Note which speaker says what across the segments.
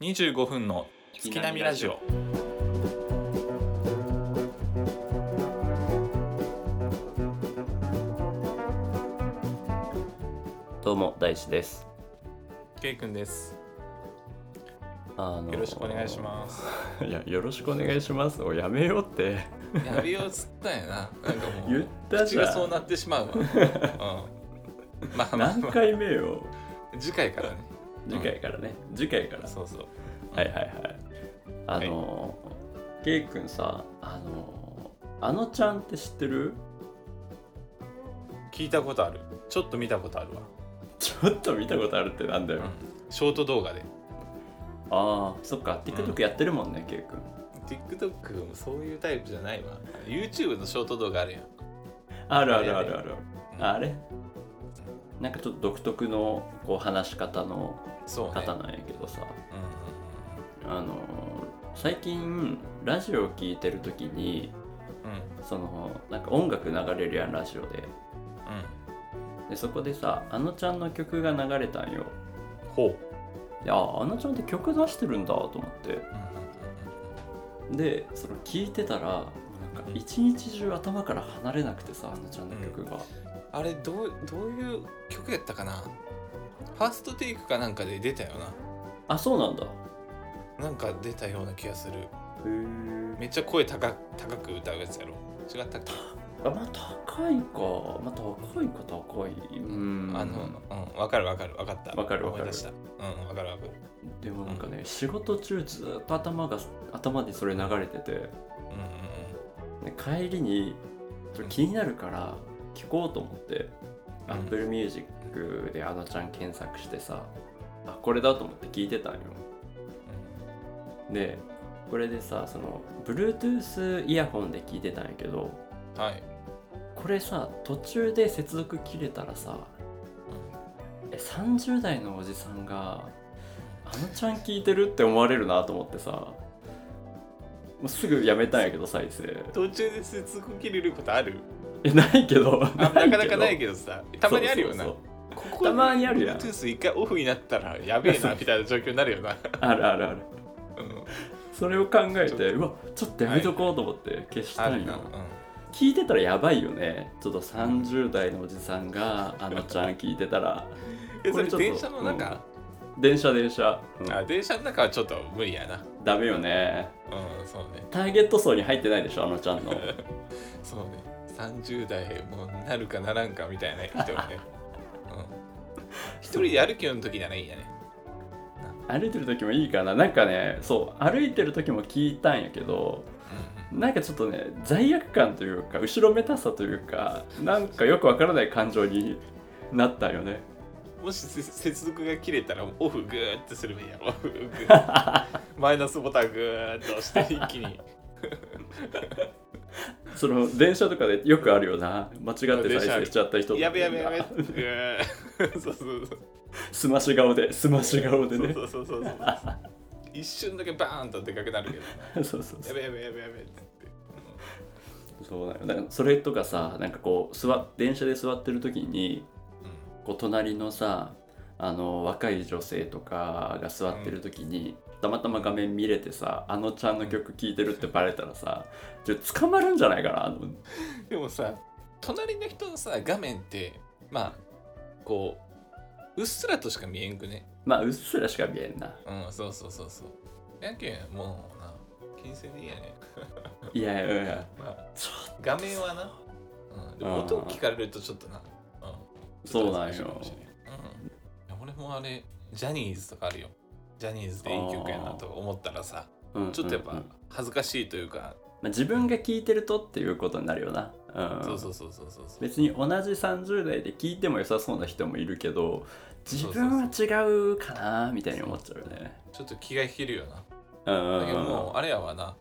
Speaker 1: 25分の月並みラジオ。
Speaker 2: どうも大志です
Speaker 1: ケイくんです。
Speaker 2: あの
Speaker 1: よろしくお願いします。
Speaker 2: すいやよろしくお願いしますをやめようって
Speaker 1: やめようっつったんやな。なんかも
Speaker 2: 言っ
Speaker 1: う
Speaker 2: た
Speaker 1: 口
Speaker 2: じゃ
Speaker 1: がそうんなってしまうわ。うん。まあまあ
Speaker 2: 何
Speaker 1: まあ
Speaker 2: 回目よ
Speaker 1: 次回からね。
Speaker 2: 次回からね次回から
Speaker 1: そうそう。
Speaker 2: はいはいはいあのケイ君さあのあのちゃんって知ってる
Speaker 1: 聞いたことある。ちょっと見たことあるわ。
Speaker 2: ちょっと見たことあるってなんだよ、
Speaker 1: うん。ショート動画で。
Speaker 2: ああそっか TikTok やってるもんねケイ君
Speaker 1: TikTok もそういうタイプじゃないわ。YouTube のショート動画あるやん。
Speaker 2: あるあるあるある
Speaker 1: うん
Speaker 2: あれなんかちょっと独特のこう話し方の
Speaker 1: そうね。
Speaker 2: 方なんやけどさ、
Speaker 1: うんうんうん
Speaker 2: あの最近ラジオを聴いてる時に
Speaker 1: うん
Speaker 2: そのなんか音楽流れるやんラジオででそこでさあのちゃんの曲が流れたんよ
Speaker 1: うん。ほう。
Speaker 2: でああのちゃんって曲出してるんだと思って
Speaker 1: うんうん
Speaker 2: でその聞いてたらもうなんか一日中頭から離れなくてさあのちゃんの曲が、
Speaker 1: あれどうどういう曲やったかなファーストテイクかなんかで出たよ
Speaker 2: あそうなんだへ
Speaker 1: ななんか出たような気がする
Speaker 2: え
Speaker 1: めっちゃ声高高く歌うやつやろ違ったっけ、
Speaker 2: あまあ高いかまあ高いか高いうん
Speaker 1: あの、うん、分かる分かる分かった
Speaker 2: わかるわか
Speaker 1: 思い
Speaker 2: る
Speaker 1: 出したうん分かる分かる
Speaker 2: でもなんかね仕事中ずっと頭が頭にそれ流れてて
Speaker 1: うんうん
Speaker 2: で帰りにちょっと気になるから聞こうと思って、
Speaker 1: うん
Speaker 2: Apple Music であのちゃん検索してさあこれだと思って聞いてたんよでこれでさその Bluetooth イヤホンで聞いてたんやけど
Speaker 1: うんはい
Speaker 2: これさ途中で接続切れたらさえ30代のおじさんがあのちゃん聞いてるって思われるなと思ってさもうすぐやめたんやけど再生
Speaker 1: 途中で接続切れることある
Speaker 2: えないけど
Speaker 1: あなかなかない
Speaker 2: ど
Speaker 1: けどさたまにあるよな
Speaker 2: そうそうそう
Speaker 1: ここ
Speaker 2: たまにあるやん
Speaker 1: Bluetooth 一回オフになったらやべえなみたいな状況になるよな、
Speaker 2: あるあるある
Speaker 1: うん、
Speaker 2: それを考え
Speaker 1: ちょって
Speaker 2: うわちょっとやめとこうと思って消し
Speaker 1: あ
Speaker 2: たん
Speaker 1: る
Speaker 2: よ、
Speaker 1: な、う
Speaker 2: 聞いてたらやばいよねちょっと30代のおじさんがあのちゃん聞いてたら
Speaker 1: ん、え
Speaker 2: こ
Speaker 1: そ
Speaker 2: れ
Speaker 1: れ
Speaker 2: ちょっと
Speaker 1: 電車の中、
Speaker 2: 電車電車、うん
Speaker 1: あ電車の中はちょっと無理やな
Speaker 2: ダメよね
Speaker 1: うんそうね
Speaker 2: ターゲット層に入ってないでしょあのちゃんの
Speaker 1: そうね30代もうなるかならんかみたいな人 はね、うん、一人で歩きの時ならいいやね
Speaker 2: 歩いてる時もいいかななんかねそう歩いてる時も聞いたんやけどなんかちょっとね罪悪感というか後ろめたさというかなんかよくわからない感情になったよね
Speaker 1: もしせ接続が切れたらオフグーってすればいいやろオフグー マイナスボタングーっと押して一気に
Speaker 2: その電車とかでよくあるよな間違って
Speaker 1: 電車あ
Speaker 2: 再
Speaker 1: る
Speaker 2: 生しちゃった人とか
Speaker 1: やべやべやべグーそうそうそう
Speaker 2: すまし顔でスマシ顔で
Speaker 1: そう
Speaker 2: ね
Speaker 1: そうそうそうそう一瞬だけバーンとでかくなるけど
Speaker 2: そうそうそ
Speaker 1: や
Speaker 2: う
Speaker 1: べやべやべやべって
Speaker 2: そうだよだからそれとかさなんかこう座っ電車で座ってる時にこう隣のさあの若い女性とかが座ってる時に、たまたま画面見れてさあのちゃんの曲聴いてるってバレたらさちょっと捕まるんじゃないかなあの
Speaker 1: うんでもさ隣の人のさ画面ってまあこううっすらとしか見えんくね
Speaker 2: まあうっすらしか見えんな
Speaker 1: うん、そうそうそうそう。やけん、もうな、金銭でいいやね。
Speaker 2: いやいやいや
Speaker 1: まあ、
Speaker 2: ちょっ
Speaker 1: 画面はな。うん、でも音を聞かれるとちょっとな。うん、
Speaker 2: そうなんよ
Speaker 1: ちょっと恥ずかしいかもしれんうんいや。俺もあれ、ジャニーズとかあるよ。ジャニーズでいい曲やなと思ったらさ、
Speaker 2: と、うん
Speaker 1: ちょっとやっ
Speaker 2: うんう
Speaker 1: ぱ
Speaker 2: んま
Speaker 1: 恥ずかしいというか、
Speaker 2: あ、自分が聴いてるとっていうことになるよなうん
Speaker 1: そうそうそうそうそうそう。
Speaker 2: 別に同じ30代で聞いても良さそうな人もいるけど自分は違うかなみたいに思っちゃうよね
Speaker 1: ちょっと気が引けるよな。
Speaker 2: うんうん
Speaker 1: だけどもう、あれやわな。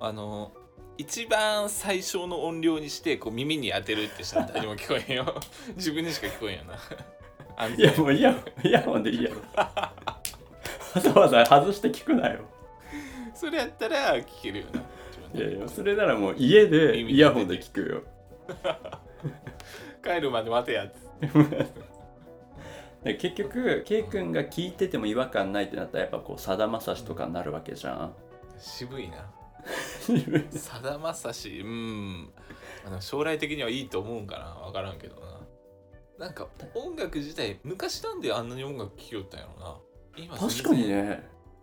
Speaker 1: あの、一番最小の音量にしてこう耳に当てるってしたら誰も聞こえんよ。 自分にしか聞こえ んよな。安
Speaker 2: い
Speaker 1: 全
Speaker 2: やもうイヤホンイヤホンでいいやろわざわざ外して聞くなよ
Speaker 1: それやったら聞けるよな。自分
Speaker 2: いや
Speaker 1: で
Speaker 2: いやそれならもう家で
Speaker 1: 耳で
Speaker 2: イヤホンで聞くよ
Speaker 1: 帰るまで待てやって。
Speaker 2: で結局 K 君が聞いてても違和感ないってなったらやっぱこうさだまさしとかになるわけじゃん。
Speaker 1: 渋いなさだまさしうんあの将来的にはいいと思うんかな分からんけどななんか音楽自体昔なんであんなに音楽聴きよったんやろな今
Speaker 2: 確かにね。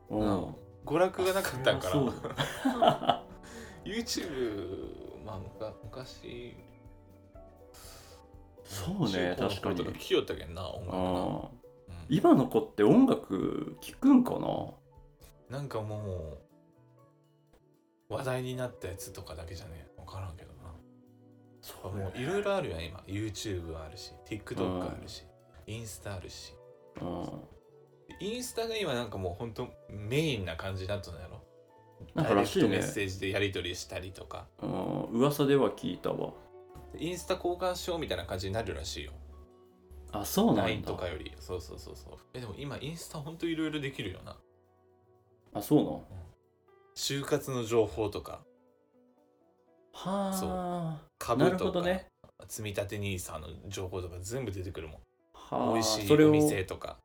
Speaker 2: うん
Speaker 1: うん娯楽がなかったんか
Speaker 2: そり
Speaker 1: ら
Speaker 2: ゃそうだ
Speaker 1: YouTube まあむか昔
Speaker 2: そうね確かに
Speaker 1: 聴きよったけんな音楽な
Speaker 2: あ
Speaker 1: う
Speaker 2: あ
Speaker 1: ん
Speaker 2: 今の子って音楽聴くんかな
Speaker 1: なんかもう話題になったやつとかだけじゃね分からんけどな
Speaker 2: そ
Speaker 1: もういろいろあるよね今 YouTube あるし TikTok あるし、インスタあるし
Speaker 2: う
Speaker 1: インスタが今なんかもうほんとメインな感じになったのやろ
Speaker 2: ん、なんから
Speaker 1: ダイレ
Speaker 2: ら
Speaker 1: ク
Speaker 2: しい
Speaker 1: トメッ
Speaker 2: ね、
Speaker 1: セージでやり取りしたりとか
Speaker 2: うん、噂では聞いたわ
Speaker 1: インスタ交換しようみたいな感じになるらしいよ
Speaker 2: あそうなん
Speaker 1: LINE
Speaker 2: だ
Speaker 1: とかよりそうそうそうそうえでも今インスタほんといろいろできるよな
Speaker 2: あそうなん
Speaker 1: 就活の情報とか
Speaker 2: はあな
Speaker 1: 株
Speaker 2: る
Speaker 1: と
Speaker 2: ほ
Speaker 1: か、
Speaker 2: どね
Speaker 1: 積み立て NISA の情報とか全部出てくるもん
Speaker 2: は
Speaker 1: 美
Speaker 2: あ
Speaker 1: 味しい
Speaker 2: それ
Speaker 1: お
Speaker 2: を
Speaker 1: 店とか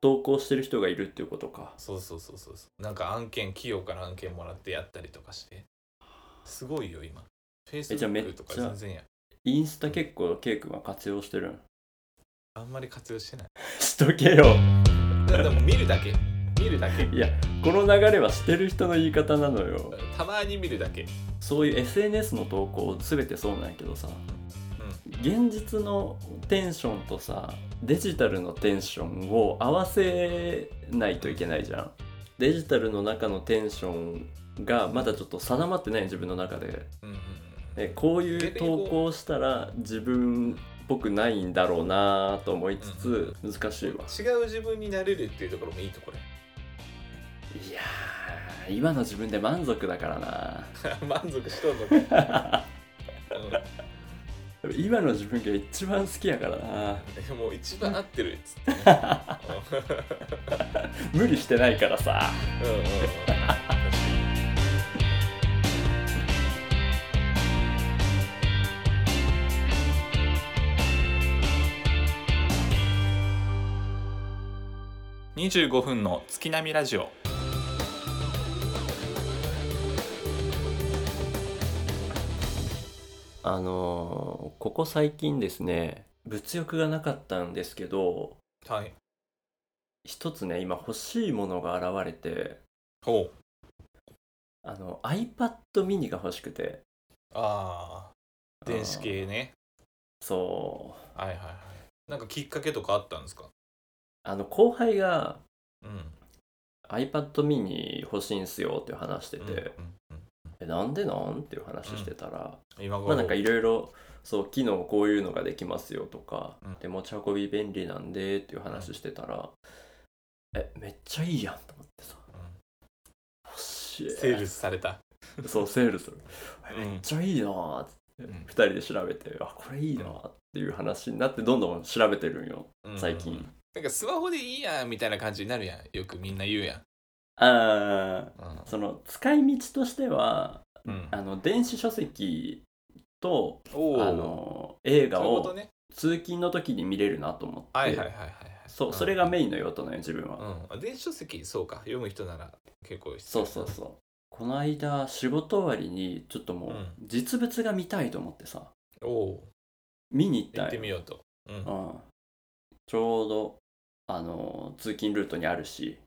Speaker 2: 投稿してる人がいるっていうことか
Speaker 1: そうそうそうそうそうなんか案件企業から案件もらってやったりとかしてすごいよ今フェイス
Speaker 2: えじゃあ
Speaker 1: ブ
Speaker 2: め
Speaker 1: ッ
Speaker 2: っち
Speaker 1: ク
Speaker 2: ゃ
Speaker 1: とか全然や
Speaker 2: インスタ結構 K 君は活用してるん
Speaker 1: あんまり活用してない
Speaker 2: しとけよ
Speaker 1: だからもう見るだけ見るだけ
Speaker 2: いやこの流れはしてる人の言い方なのよ
Speaker 1: たまに見るだけ
Speaker 2: そういう SNS の投稿全てそうなんやけどさ
Speaker 1: う
Speaker 2: 現実のテンションとさデジタルのテンションを合わせないといけないじゃんデジタルの中のテンションがまだちょっと定まってない自分の中で
Speaker 1: んうんうん
Speaker 2: えこういう投稿したら自分っぽくないんだろうなと思いつつ難しいわ
Speaker 1: 違う自分になれるっていうところもいいところ
Speaker 2: いやー今の自分で満足だからな
Speaker 1: 満足しとんのか、うん
Speaker 2: 今の自分が一番好きやからな
Speaker 1: でももう一番合ってるっつってね、
Speaker 2: 無理してないからさ
Speaker 1: うんうんうん25分の月並みラジオ
Speaker 2: あのーここ最近ですね物欲がなかったんですけど
Speaker 1: はい
Speaker 2: 一つね今欲しいものが現れて
Speaker 1: ほう
Speaker 2: あの iPad mini が欲しくて
Speaker 1: ああ電子系ね
Speaker 2: そう
Speaker 1: はいはいはいなんかきっかけとかあったんですか
Speaker 2: あの後輩が
Speaker 1: うん
Speaker 2: iPad mini 欲しいんすよっていう話して
Speaker 1: う
Speaker 2: て
Speaker 1: ん、うん
Speaker 2: えなんでなんっていう話してたら、
Speaker 1: うん今
Speaker 2: ま
Speaker 1: 頃
Speaker 2: あなんかいろいろそう機能こういうのができますよとか、
Speaker 1: うん
Speaker 2: で持ち運び便利なんでっていう話してたら、えめっちゃいいやんと思ってさ
Speaker 1: う
Speaker 2: 欲しい
Speaker 1: んセールスされた
Speaker 2: そうセールする
Speaker 1: う
Speaker 2: め
Speaker 1: ん
Speaker 2: っちゃいいなーっつって、
Speaker 1: う
Speaker 2: 二
Speaker 1: ん
Speaker 2: 人で調べてあこれいいなーっていう話になってどんどん調べてるんよ最近、
Speaker 1: うんなんかスマホでいいやみたいな感じになるやんよくみんな言うやん
Speaker 2: あ
Speaker 1: うん
Speaker 2: ーその使い道としては
Speaker 1: うん
Speaker 2: あの電子書籍とあ
Speaker 1: おー
Speaker 2: の
Speaker 1: そ
Speaker 2: 映画
Speaker 1: ういうこと
Speaker 2: を
Speaker 1: ね
Speaker 2: 通勤の時に見れるなと思って、
Speaker 1: はいはいはいはい
Speaker 2: そうそれがメインの用途なのよ自分は、
Speaker 1: うんあ電子書籍そうか読む人なら結構必
Speaker 2: そ
Speaker 1: 要
Speaker 2: うそうそうこの間仕事終わりにちょっともう
Speaker 1: うん
Speaker 2: 実物が見たいと思ってさ
Speaker 1: おお
Speaker 2: 見に行っ
Speaker 1: ー行
Speaker 2: た
Speaker 1: っ
Speaker 2: ん
Speaker 1: て
Speaker 2: よ
Speaker 1: みようとうんうん
Speaker 2: うん、ちょうどあの通勤ルートにあるし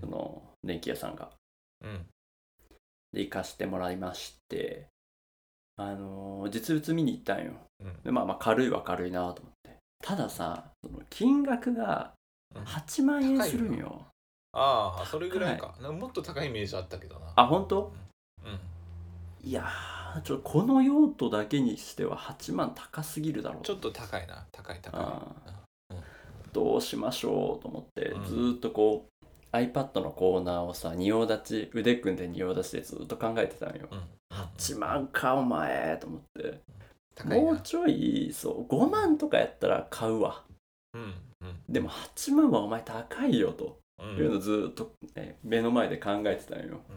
Speaker 2: その電気屋さんが
Speaker 1: うん
Speaker 2: で行かしてもらいましてあの実物見に行ったんよ
Speaker 1: うん
Speaker 2: でまあまあ軽いは軽いなと思ってたださその金額が
Speaker 1: うん
Speaker 2: 8万円
Speaker 1: 高いよ
Speaker 2: するんよ
Speaker 1: ああそれぐらいかなんかもっと高いイメージあったけどな
Speaker 2: あ本当
Speaker 1: うん
Speaker 2: いやーちょっとこの用途だけにしては8万高すぎるだろう
Speaker 1: ちょっと高いな高い高
Speaker 2: あー
Speaker 1: うん
Speaker 2: どうしましょうと思って、
Speaker 1: うん
Speaker 2: ずーっとこう iPad のコーナーをさ仁王立ち腕組んで仁王立ちでずーっと考えてたのよ
Speaker 1: いうんうん
Speaker 2: 8万かお前と思って
Speaker 1: 高い
Speaker 2: もう
Speaker 1: な
Speaker 2: ちょいそう5万とかやったら買うわ
Speaker 1: うんうん
Speaker 2: でも8万はお前高いよと
Speaker 1: う
Speaker 2: いうんの
Speaker 1: ん
Speaker 2: ずーっと、ね、目の前で考えてたのよ、
Speaker 1: うん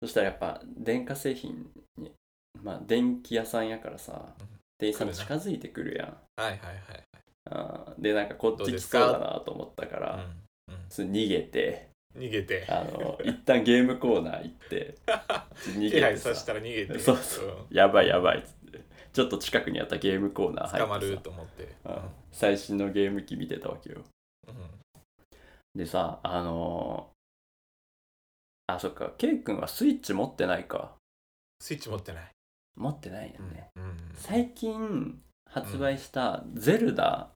Speaker 2: そしたらやっぱ電化製品にまあ電気屋さんやからさ
Speaker 1: うん
Speaker 2: 店員さんも近づいてくるやん
Speaker 1: はいはいはい
Speaker 2: あーでなんかこっち来そうだなと思ったから、
Speaker 1: うんうん
Speaker 2: それ逃げて
Speaker 1: 逃げて
Speaker 2: あの一旦ゲームコーナー行って逃げ
Speaker 1: 気
Speaker 2: て
Speaker 1: 配さ
Speaker 2: さ
Speaker 1: したら逃げて
Speaker 2: そうそやばいやばいっつってちょっと近くにあったゲームコーナー
Speaker 1: うん
Speaker 2: 入ってさ
Speaker 1: 捕まると思って
Speaker 2: うん最新のゲーム機見てたわけよ
Speaker 1: うん
Speaker 2: でさあのーあそっかケイ君はスイッチ持ってないか
Speaker 1: スイッチ持ってない
Speaker 2: 持ってないよね、
Speaker 1: うんうん
Speaker 2: 最近発売した「ゼルダ」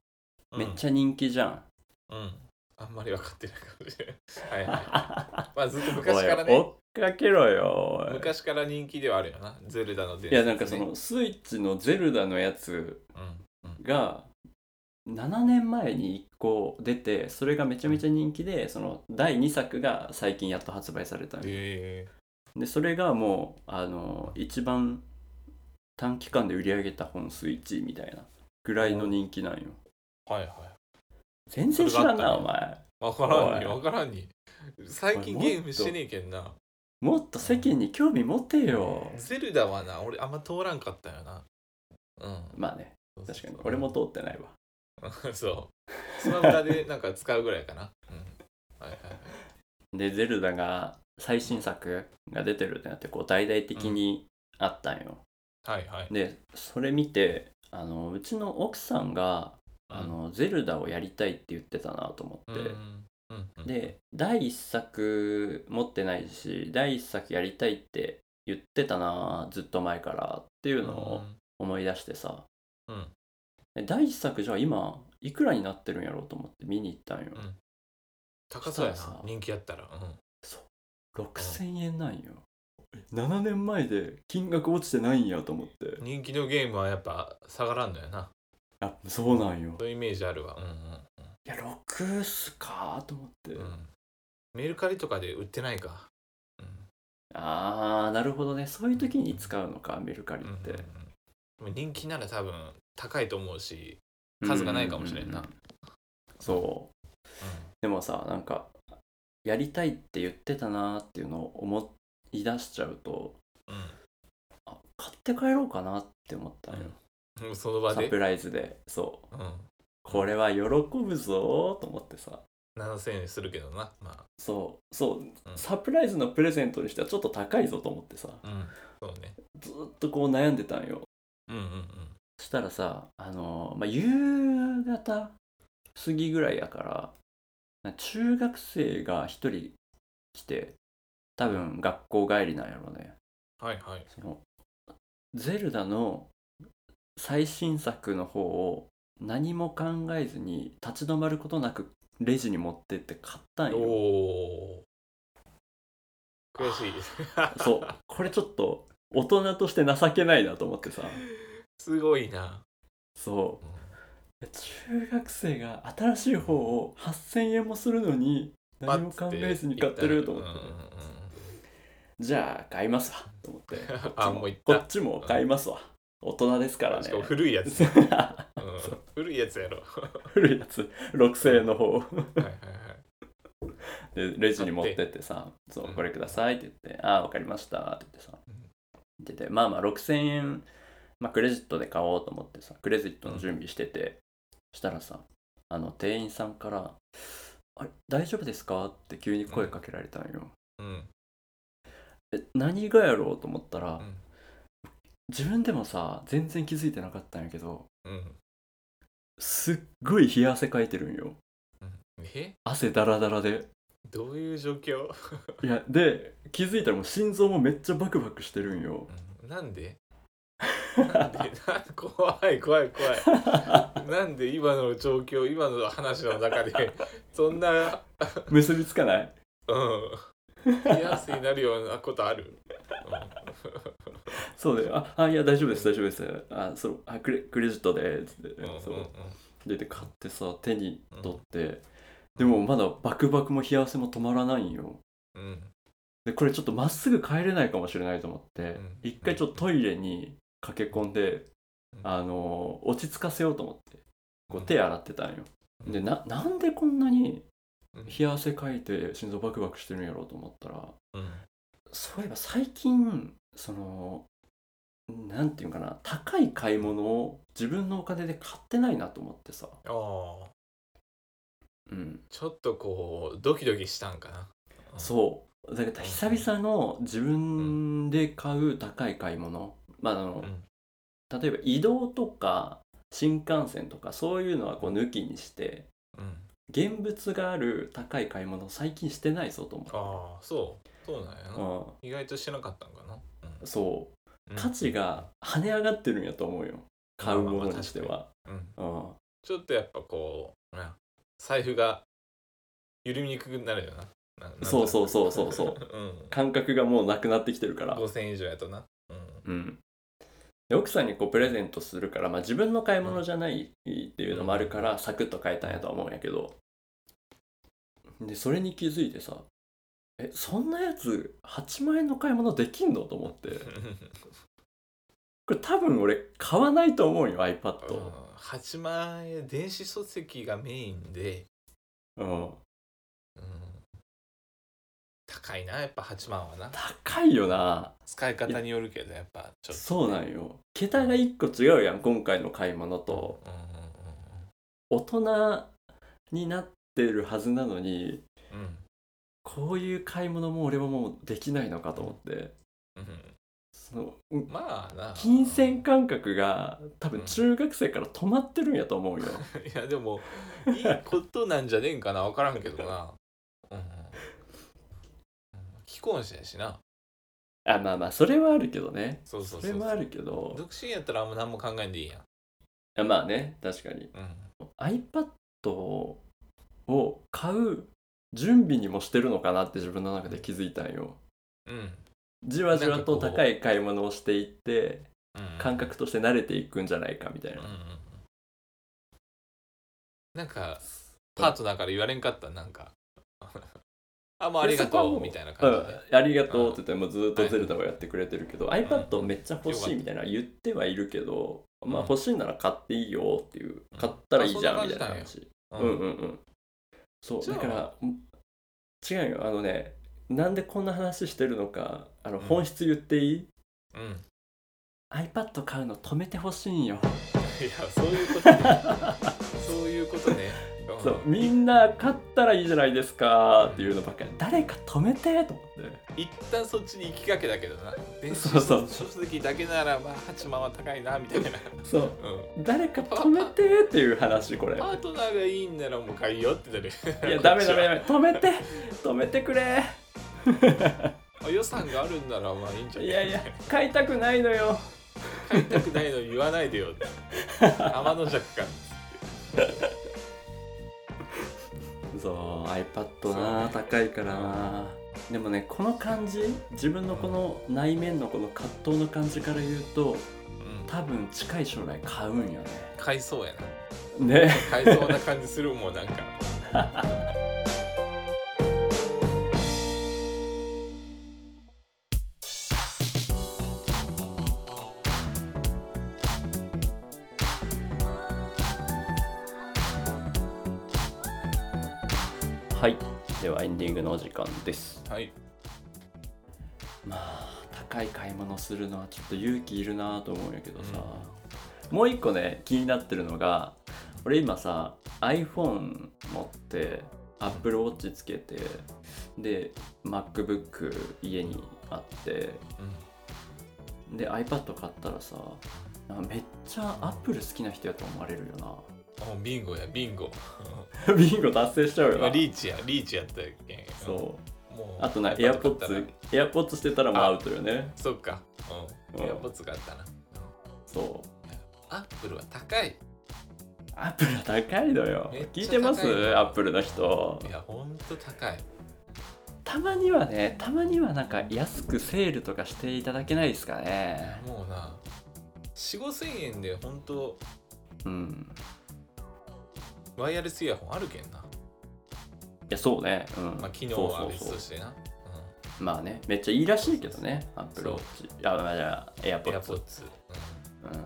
Speaker 1: うん
Speaker 2: めっちゃ人気じゃん、
Speaker 1: うんあんまり分かってないかもしれないは いはいまあずっと昔
Speaker 2: おい
Speaker 1: からね
Speaker 2: 追っかけろよおい
Speaker 1: 昔から人気ではあるよなゼルダの伝
Speaker 2: い
Speaker 1: 説
Speaker 2: やなんかそ
Speaker 1: ね
Speaker 2: のスイッチの「ゼルダ」のやつ
Speaker 1: うんうん
Speaker 2: が7年前に1個出てそれがめちゃめちゃ人気でその第2作が最近やっと発売されたの
Speaker 1: え
Speaker 2: でそれがもうあの一番短期間で売り上げた本数1位みたいなぐらいの人気なんよ
Speaker 1: ーはいはい
Speaker 2: 全然知ら
Speaker 1: そ
Speaker 2: ん
Speaker 1: れが
Speaker 2: な
Speaker 1: あった
Speaker 2: お前
Speaker 1: 分からんに
Speaker 2: おい
Speaker 1: 分からんに最近
Speaker 2: おいもっ
Speaker 1: ゲ
Speaker 2: と
Speaker 1: ームしてねえけんな
Speaker 2: もっと世間に興味持てよ
Speaker 1: ゼルダはな俺あんま通らんかったよなうん
Speaker 2: まあね確かに俺も通ってないわ
Speaker 1: そうスマブラでなんか使うぐらいかなうんはいはいはい
Speaker 2: でゼルダが最新作が出てるってなってこう大々的にあったんよ、
Speaker 1: はいはい。
Speaker 2: でそれ見てあのうちの奥さんがあの、ゼルダをやりたいって言ってたなと思
Speaker 1: う
Speaker 2: っ
Speaker 1: ん、
Speaker 2: て、
Speaker 1: うんうん、
Speaker 2: で第1作持ってないし第1作やりたいって言ってたなずっと前からっていうのを思い出してさ、
Speaker 1: うん、うん
Speaker 2: で第1作じゃあ今いくらになってるんやろうと思って見に行ったんよ、
Speaker 1: うん高そうや
Speaker 2: したら
Speaker 1: な
Speaker 2: さ、
Speaker 1: 人気やったら。
Speaker 2: 6000円なんよ7年前で金額落ちてないんやと思って
Speaker 1: うん、人気のゲームはやっぱ下がらんのやな。
Speaker 2: あそうなんよ
Speaker 1: そういうイメージあるわ。うん
Speaker 2: いや6っすかと思って、
Speaker 1: うんうん、メルカリとかで売ってないか。うん
Speaker 2: あーなるほどねそういう時に使うのかメルカリっ
Speaker 1: うんうん
Speaker 2: て、
Speaker 1: うん、人気なら多分高いと思うし、数がないかもしれんな
Speaker 2: うううそうでもさなんかやりたいって言ってたなーっていうのを思い出しちゃうと
Speaker 1: うん
Speaker 2: あ買って帰ろうかなって思ったのよ、
Speaker 1: うんうん、その場
Speaker 2: サ
Speaker 1: で、
Speaker 2: プライズでそう
Speaker 1: うん、
Speaker 2: これは喜ぶぞーと思ってさ
Speaker 1: 7000円するけどな。ま
Speaker 2: そうそう、
Speaker 1: うん
Speaker 2: サプライズのプレゼントにしてはちょっと高いぞと思ってさ
Speaker 1: あ、うん、そうね。
Speaker 2: ずーっとこう悩んでたんよ
Speaker 1: うんうんうん。
Speaker 2: そしたらさあのーまあ、夕方過ぎぐらいやからなんか中学生が一人来て多分学校帰りなんやろね
Speaker 1: はいはい。
Speaker 2: そのゼルダの最新作の方を何も考えずに立ち止まることなくレジに持ってって買ったん
Speaker 1: お
Speaker 2: よ
Speaker 1: おー。悔しい。
Speaker 2: そうこれちょっと大人として情けないなと思ってさ
Speaker 1: すごいな。
Speaker 2: そう中学生が新しい方を8000円もするのに何も考えずに買ってると思って、じゃあ買いますわと思って
Speaker 1: うんうん うんあ、もう行っ
Speaker 2: こ
Speaker 1: た
Speaker 2: っ。ちも買いますわ大人ですから
Speaker 1: し
Speaker 2: ね
Speaker 1: かも古いや つ。うん
Speaker 2: そう
Speaker 1: 古いやつやろ。は
Speaker 2: 古いやつ6000円の方を
Speaker 1: いはいはい。
Speaker 2: でレジに持ってってさ「そう
Speaker 1: うん
Speaker 2: これください」って言って「ああ分かりました」って言ってさででまあまあ6000円、まあ、クレジットで買おうと思ってさクレジットの準備してて、したらさあの店員さんから「あれ大丈夫ですか?」って急に声かけられたんよ、
Speaker 1: うん。
Speaker 2: え何がやろうと思ったら、
Speaker 1: うん
Speaker 2: 自分でもさ全然気づいてなかったんやけど
Speaker 1: うん。
Speaker 2: すっごい冷や汗かいてるんよ
Speaker 1: うんえ
Speaker 2: 汗だらだらで
Speaker 1: どういう状況
Speaker 2: いやで気づいたらもう心臓もめっちゃバクバクしてるんよ
Speaker 1: うんなんで なんでな怖い怖い怖い。なんで今の状況、今の話の中で、そんな、
Speaker 2: 結びつかない
Speaker 1: うん。冷や汗になるようなことある、
Speaker 2: そうだよああいや大丈夫です大丈夫ですあそうあクレクレジットでつって、
Speaker 1: うん、うんうん
Speaker 2: そう
Speaker 1: うん
Speaker 2: でで買ってさ手に取って、でもまだバクバクも冷や汗も止まらないんよ
Speaker 1: うん。
Speaker 2: でこれちょっとまっすぐ帰れないかもしれないと思って、
Speaker 1: ん
Speaker 2: 一回ちょっとトイレに駆け込んで、
Speaker 1: うん
Speaker 2: あのー落ち着かせようと思ってこう
Speaker 1: うん
Speaker 2: 手洗ってたんよ、
Speaker 1: うん
Speaker 2: でななんでこんなに
Speaker 1: うん
Speaker 2: 冷や汗かいて心臓バクバクしてるんやろうと思ったら
Speaker 1: うん。
Speaker 2: そういえば最近そのなんていうのかな高い買い物を自分のお金で買ってないなと思ってさ、
Speaker 1: ああ
Speaker 2: うん、
Speaker 1: ちょっとこうドキドキしたんかな
Speaker 2: そうだから久々の自分で買う高い買い物、まああの
Speaker 1: うん
Speaker 2: 例えば移動とか新幹線とかそういうのはこう抜きにして
Speaker 1: うん
Speaker 2: 現物がある高い買い物を最近してないぞと思
Speaker 1: ああそうそうなんやな、
Speaker 2: う、
Speaker 1: 意外としてなかったんかな、うん
Speaker 2: うん、そう価値が跳ね上がってるんやと思うよ買うものにしては、
Speaker 1: うんうん
Speaker 2: うん、
Speaker 1: ちょっとやっぱこうな財布が緩みにくくなるよなな
Speaker 2: そうそうそうそうそう、
Speaker 1: うん、
Speaker 2: 感覚がもうなくなってきてるから、
Speaker 1: 5000円以上やとな、うん、
Speaker 2: うん、で奥さんにこうプレゼントするから、まあ、自分の買い物じゃないっていうのもあるから、サクッと買えたんやとは思うんやけどでそれに気づいてさえそんなやつ8万円の買い物できんのと思ってこれ多分俺買わないと思うよ iPad
Speaker 1: 8万円電子書籍がメインで、
Speaker 2: うん
Speaker 1: うん、高いなやっぱ8万はな
Speaker 2: 高いよな
Speaker 1: 使い方によるけどやっぱちょっと
Speaker 2: そうなんよ桁が1個違うやん今回の買い物と
Speaker 1: うんうん
Speaker 2: 大人になってるはずなのに
Speaker 1: うんうん
Speaker 2: こういう買い物も俺はもうできないのかと思って
Speaker 1: うん
Speaker 2: そのうん
Speaker 1: まあな
Speaker 2: 金銭感覚が多分
Speaker 1: うん
Speaker 2: 中学生から止まってるんやと思 うよ
Speaker 1: いやでもいいことなんじゃねえんかな分からんけどな、うんうん、既婚者やしな
Speaker 2: あまあまあそれはあるけどね
Speaker 1: そうそう
Speaker 2: そ
Speaker 1: そう
Speaker 2: れ
Speaker 1: そう
Speaker 2: はあるけど
Speaker 1: 独身やったらあんま何も考えんでいいやん
Speaker 2: あまあね確かに
Speaker 1: うん
Speaker 2: iPad を買う準備にもしてるのかなって自分の中で気づいたんよ
Speaker 1: うん、
Speaker 2: じわじ
Speaker 1: な
Speaker 2: わと
Speaker 1: んかこう
Speaker 2: 高い買い物をしていって
Speaker 1: うん、
Speaker 2: 感覚として慣れていくんじゃないかみたい
Speaker 1: うん
Speaker 2: な
Speaker 1: うんうんなんかパートナーから言われんかったなんかあもうありが
Speaker 2: そこは
Speaker 1: と
Speaker 2: も
Speaker 1: う
Speaker 2: う
Speaker 1: みたいな
Speaker 2: う
Speaker 1: 感じで、
Speaker 2: ん、ありがとうって言ってもうずっとゼルダをやってくれてるけど、iPad めっちゃ欲しいみたいな言ってはいるけど、
Speaker 1: うん
Speaker 2: まあ欲しいなら買っていいよっていう買ったらいいじゃんみたいな
Speaker 1: あ
Speaker 2: 話うんうんうんそう
Speaker 1: じゃ
Speaker 2: だ
Speaker 1: あ
Speaker 2: から違うよあのねなんでこんな話してるのかあの
Speaker 1: うん
Speaker 2: 本質言っていい、
Speaker 1: うん
Speaker 2: iPad 買うの止めてほしいん
Speaker 1: い
Speaker 2: よ、
Speaker 1: やそういうことねそういうことね、ん
Speaker 2: そうみんな買ったらいいじゃないですかっていうのばっかり誰か止めてと思って
Speaker 1: 一旦そっちに行きかけだけどな電子
Speaker 2: そうそう
Speaker 1: 書籍だけならまあ8万は高いなみたいな、
Speaker 2: そう
Speaker 1: う
Speaker 2: 誰か止めてっていう話こ
Speaker 1: ん、
Speaker 2: れ
Speaker 1: パートナーがいいんならもう買いよってなる
Speaker 2: いやダメダメダメ止めて止めてくれ
Speaker 1: あ予算があるんならまあいいんじゃない
Speaker 2: いやいや買いたくないのよ
Speaker 1: 買いたくないのに言わないでよって天の弱か
Speaker 2: そう iPad
Speaker 1: そう
Speaker 2: な、
Speaker 1: ね
Speaker 2: 高いからなでもねこの感じ自分のこの内面のこの葛藤の感じから言うと
Speaker 1: うん
Speaker 2: 多分近い将来買うんよ
Speaker 1: 買いそうやな
Speaker 2: ねね
Speaker 1: 買いそうな感じするもんなんか
Speaker 2: はいではエンディングのお時間です
Speaker 1: はい
Speaker 2: まあ高い買い物するのはちょっと勇気いるなと思うんやけどさ、もう一個ね気になってるのが俺今さ iPhone 持って AppleWatch つけてで MacBook 家にあって
Speaker 1: う
Speaker 2: で iPad 買ったらさなんかめっちゃ Apple 好きな人やと思われるよ
Speaker 1: んあビンゴやビンゴ
Speaker 2: な ビンゴ達成しちゃうよ
Speaker 1: 今
Speaker 2: な
Speaker 1: リーチやリーチやったっけ
Speaker 2: そう
Speaker 1: もう
Speaker 2: うあとな
Speaker 1: iPad 買ったら
Speaker 2: AirPods AirPods してたらもうアウトよね
Speaker 1: そっかうん
Speaker 2: うん
Speaker 1: エアポッツがあったな
Speaker 2: そう
Speaker 1: アップルは高い
Speaker 2: アップルは高いのよ
Speaker 1: めっちゃ高い
Speaker 2: 聞いてますアップルの人
Speaker 1: いやほんと高い
Speaker 2: たまにはねたまにはなんか安くセールとかしていただけないですかね
Speaker 1: もうな4 5千円でほんと
Speaker 2: うん
Speaker 1: ワイヤレスイヤホンあるけんな、
Speaker 2: いやそうねうん
Speaker 1: まあ、機能は別
Speaker 2: そうそう
Speaker 1: と
Speaker 2: そ
Speaker 1: してな
Speaker 2: うまあねめっちゃいいらしいけどねアップル
Speaker 1: そ
Speaker 2: ウ
Speaker 1: う
Speaker 2: ォッチあまあじゃあエアポ
Speaker 1: エア
Speaker 2: ッ
Speaker 1: ポ
Speaker 2: ツ
Speaker 1: ッツ、うん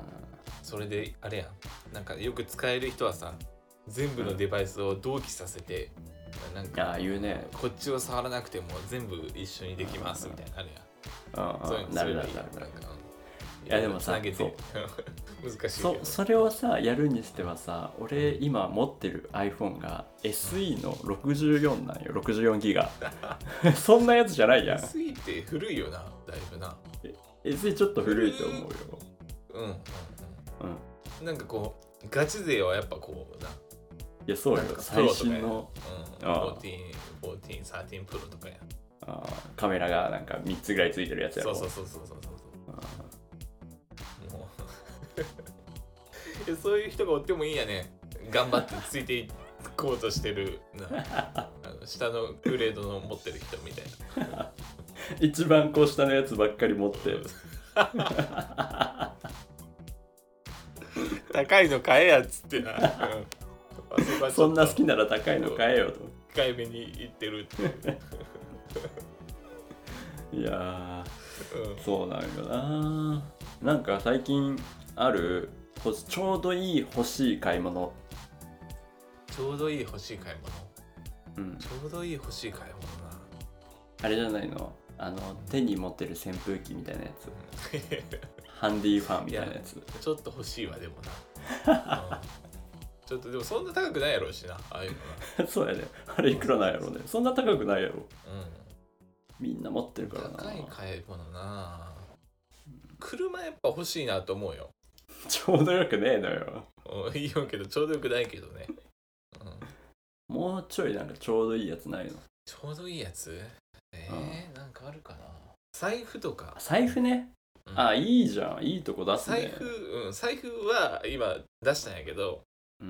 Speaker 1: それであれやんなんかよく使える人はさ全部のデバイスを同期させて、なん
Speaker 2: あ
Speaker 1: か
Speaker 2: あ言うね
Speaker 1: こっちを触らなくても全部一緒にできますみたいなのあるやん、
Speaker 2: うん
Speaker 1: そう
Speaker 2: う
Speaker 1: い
Speaker 2: ん
Speaker 1: うの
Speaker 2: な
Speaker 1: すれ
Speaker 2: る
Speaker 1: ば
Speaker 2: な
Speaker 1: い
Speaker 2: る
Speaker 1: いや
Speaker 2: なんる
Speaker 1: なんか
Speaker 2: いやでもさ
Speaker 1: 投げて難しいけ
Speaker 2: そ
Speaker 1: ど
Speaker 2: それをさやるにしてはさ俺今持ってる iPhone が SE の64なんよ64ギ ガそんなやつじゃないやん
Speaker 1: SE って古いよなだいぶな
Speaker 2: SE ちょっと古いと思うよ、
Speaker 1: うんうん
Speaker 2: うん、い
Speaker 1: うんなんかこうガチ勢はやっぱこうな
Speaker 2: やそうよ
Speaker 1: なんかプロと
Speaker 2: 最
Speaker 1: かや
Speaker 2: 新の
Speaker 1: うん
Speaker 2: ああ
Speaker 1: 14 14 13プロとかや
Speaker 2: あーカメラがなんか3つぐらいついてるやつや
Speaker 1: そ
Speaker 2: ろ
Speaker 1: うそうそうそうそうそう
Speaker 2: あー
Speaker 1: もう いやそういう人がおってもいいんやね頑張ってついていこうとしてるなあの下のグレードの持ってる人みたいな
Speaker 2: 一番こう下のやつばっかり 持って
Speaker 1: 高いの買えやっつってな、うん
Speaker 2: そんな好きなら高いの買えよと
Speaker 1: 控えめに言ってるって、
Speaker 2: いや
Speaker 1: うん
Speaker 2: ーそうなんよななんか最近あるほちょうどいい欲しい買い物
Speaker 1: ちょうどいい欲しい買い物
Speaker 2: うん
Speaker 1: ちょうどいい欲しい買い物な
Speaker 2: あれじゃないのあの手に持ってる扇風機みたいなやつ
Speaker 1: うん
Speaker 2: ハンディファンみたいなやつ
Speaker 1: ちょっと欲しいわでもな、うんちょっとでもそんな高くないやろうしなああいうの
Speaker 2: そうやねあれいくらなんやろうねそんな高くないやろ
Speaker 1: な、
Speaker 2: みんな持ってるか
Speaker 1: う
Speaker 2: ら
Speaker 1: ん、
Speaker 2: な
Speaker 1: 高い買い物な車やっぱ欲しいなと思うよ
Speaker 2: ちょうどよくねえのよ
Speaker 1: うんいいよけどちょうどよくないけどね、うん、
Speaker 2: もうちょいなんかちょうどいいやつないの
Speaker 1: ちょうどいいやつえーなんかあるかな財布とか
Speaker 2: あ、財布ね
Speaker 1: うん
Speaker 2: あいいじゃんいいとこ出すね
Speaker 1: 財布、うん、財布は今出したんやけど、
Speaker 2: うん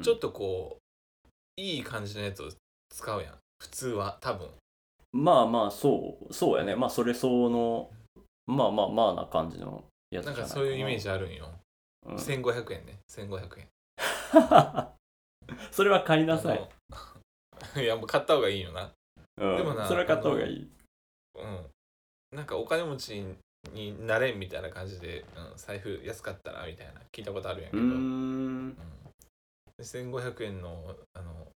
Speaker 1: ちょっとこういい感じのやつを使うやん普通は多分
Speaker 2: まあまあそうそうやねまあそれ相応のまあまあまあな感じのやつじ
Speaker 1: な
Speaker 2: ゃ
Speaker 1: ん
Speaker 2: ない
Speaker 1: か
Speaker 2: かな
Speaker 1: そういうイメー、ジあるんよ、
Speaker 2: うん
Speaker 1: 1500円ね1500円
Speaker 2: それは買いなさい、
Speaker 1: あの いやもう買った方がいいよな
Speaker 2: うん、
Speaker 1: でもな
Speaker 2: それは買った方がいい
Speaker 1: うんなんかお金持ちになれんみたいな感じで、うん、財布安かったらみたいな聞いたことあるんやけ
Speaker 2: うー
Speaker 1: ど、う
Speaker 2: ん
Speaker 1: ん、1500円のあの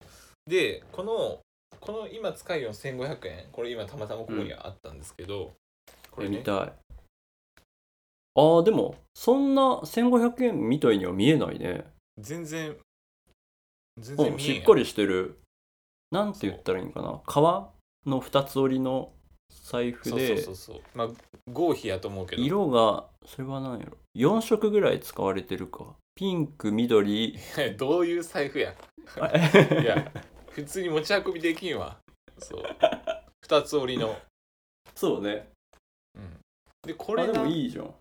Speaker 1: でこのこの今使いよう1500円これ今たまたまここにあったんですけど、こ
Speaker 2: え
Speaker 1: れ
Speaker 2: 見
Speaker 1: ね
Speaker 2: たいあーでもそんな1500円みたいには見えないね
Speaker 1: 全然全
Speaker 2: う
Speaker 1: 然
Speaker 2: ん
Speaker 1: 見え
Speaker 2: し
Speaker 1: んや
Speaker 2: っかりしてるなんて言ったらいいんかな革の2つ折りの財布
Speaker 1: そうそう
Speaker 2: で
Speaker 1: そうそうまあ合否やと思うけど
Speaker 2: 色がそれは何やろ4色ぐらい使われてるかピンク緑
Speaker 1: どういう財布や
Speaker 2: あ
Speaker 1: いや普通に持ち運びできんわそう2つ折りの、
Speaker 2: そうね
Speaker 1: うん、でこ
Speaker 2: こ
Speaker 1: れ
Speaker 2: れで
Speaker 1: が
Speaker 2: もいいじゃん、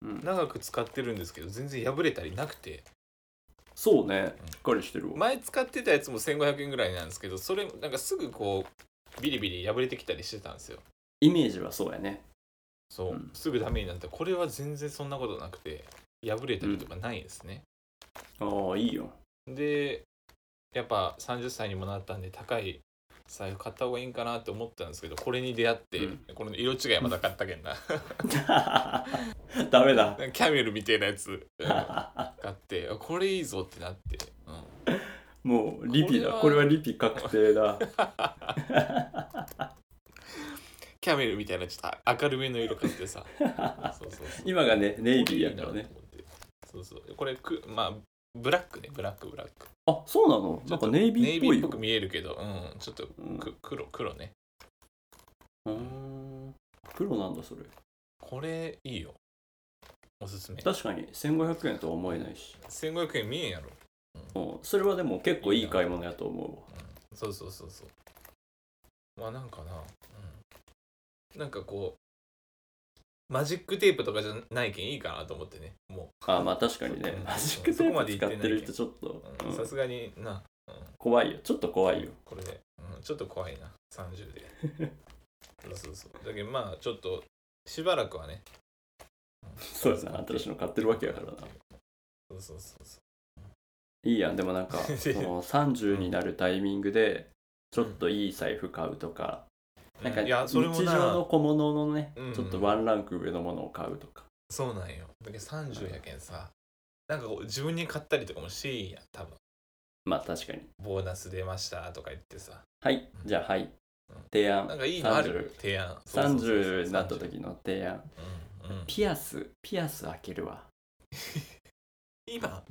Speaker 2: うん、
Speaker 1: 長く使ってるんですけど全然破れたりなくて
Speaker 2: そうねしっかりしてるわ
Speaker 1: 前使ってたやつも1500円ぐらいなんですけどそれなんかすぐこうビリビリ破れてきたりしてたんですよ
Speaker 2: イメージはそうやね
Speaker 1: そう、
Speaker 2: うん
Speaker 1: すぐダメになったこれは全然そんなことなくて破れたりとかないですね、
Speaker 2: ああいい よ
Speaker 1: でやっぱ30歳にもなったんで高い財布買った方がいいんかなって思ったんですけどこれに出会って、
Speaker 2: うん
Speaker 1: この色違いまだ買ったけんな
Speaker 2: ダ メだ
Speaker 1: なんかキャメルみたいなやつ うん買ってあこれいいぞってなって、うん
Speaker 2: もうリピだ
Speaker 1: こ
Speaker 2: こ
Speaker 1: れ
Speaker 2: れ
Speaker 1: は
Speaker 2: はリピ確 定だ
Speaker 1: キャメルみたいなちょっと明るめの色買って さそうそうそう
Speaker 2: 今がねネイビーやからね
Speaker 1: そうそうこれくまあブラックねブラックブラック
Speaker 2: あそうなのなんかネイビーっぽいよ
Speaker 1: く見えるけどうんちょっと
Speaker 2: うん
Speaker 1: く黒黒ね
Speaker 2: うーん黒なんだそれ
Speaker 1: これいいよおすすめ
Speaker 2: 確かに1500円とは思えないし
Speaker 1: 1500円見えんやろ
Speaker 2: うんそれはでも結構いい買い物やと思うわ
Speaker 1: そうそうそうそうまあなんかな、うん、なんかこうマジックテープとかじゃないけんいいかなと思ってねも
Speaker 2: あまあ確かにね
Speaker 1: うん
Speaker 2: マジックテ
Speaker 1: そこま
Speaker 2: ー
Speaker 1: で行
Speaker 2: プ使
Speaker 1: っ
Speaker 2: って
Speaker 1: ない
Speaker 2: てる人ちょっ
Speaker 1: う
Speaker 2: と、
Speaker 1: うん
Speaker 2: うん
Speaker 1: さすがにな
Speaker 2: 怖いよちょっと怖いよ
Speaker 1: これで、うん、ちょっと怖いな30で そうそうそうだけどまあちょっとしばらくはね
Speaker 2: そうですね新しいの買ってるわけやからな
Speaker 1: そうそうそうそ
Speaker 2: いいやんで もなんかその30になるタイミングでちょっといい財布買うとか、
Speaker 1: う
Speaker 2: なんか
Speaker 1: い
Speaker 2: 日
Speaker 1: やそれも
Speaker 2: 常の
Speaker 1: な
Speaker 2: 小物のね、
Speaker 1: うん
Speaker 2: ちょっとワンランク上のものを買うとか
Speaker 1: そうなんよだけど30やけんさなんかこう自分に買ったりとかもしいやん多分
Speaker 2: まあ確かに
Speaker 1: ボーナス出ましたとか言ってさ
Speaker 2: はいじゃあはい提案
Speaker 1: なんかいいのある提案そうそうそうそう
Speaker 2: 30になった時の提案
Speaker 1: うんうん うん
Speaker 2: ピアスピアス開けるわ
Speaker 1: 今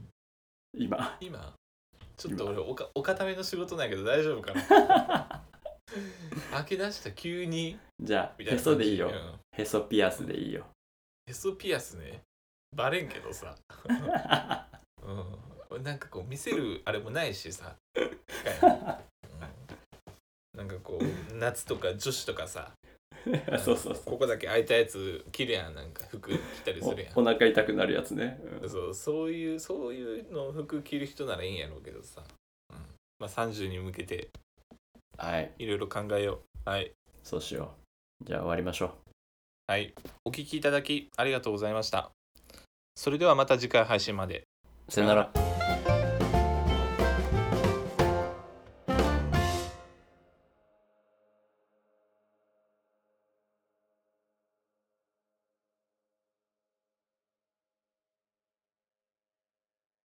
Speaker 2: 今
Speaker 1: 今ちょっと俺おかお固めの仕事なんやけど大丈夫かな開け出した急に
Speaker 2: じゃあ
Speaker 1: みたい
Speaker 2: へ
Speaker 1: な
Speaker 2: そ
Speaker 1: 感
Speaker 2: で
Speaker 1: じ
Speaker 2: いいよ
Speaker 1: うん
Speaker 2: へそピアスでいいよ
Speaker 1: へそピアスねバレんけどさ、うん、なんかこう見せるあれもないしさ、うんなんかこう夏とか女子とかさ
Speaker 2: そうそうそう
Speaker 1: ここだけ開いたやつ着るやんなんか服着たりするやん
Speaker 2: おお腹痛くなるやつね、うん
Speaker 1: そうそういうそういうの服着る人ならいいんやろうけどさ、うんまあ、30に向けて
Speaker 2: はい
Speaker 1: いろいろ考えようはい
Speaker 2: そうしようじゃあ終わりましょう
Speaker 1: はいお聞きいただきありがとうございましたそれではまた次回配信まで
Speaker 2: さよなら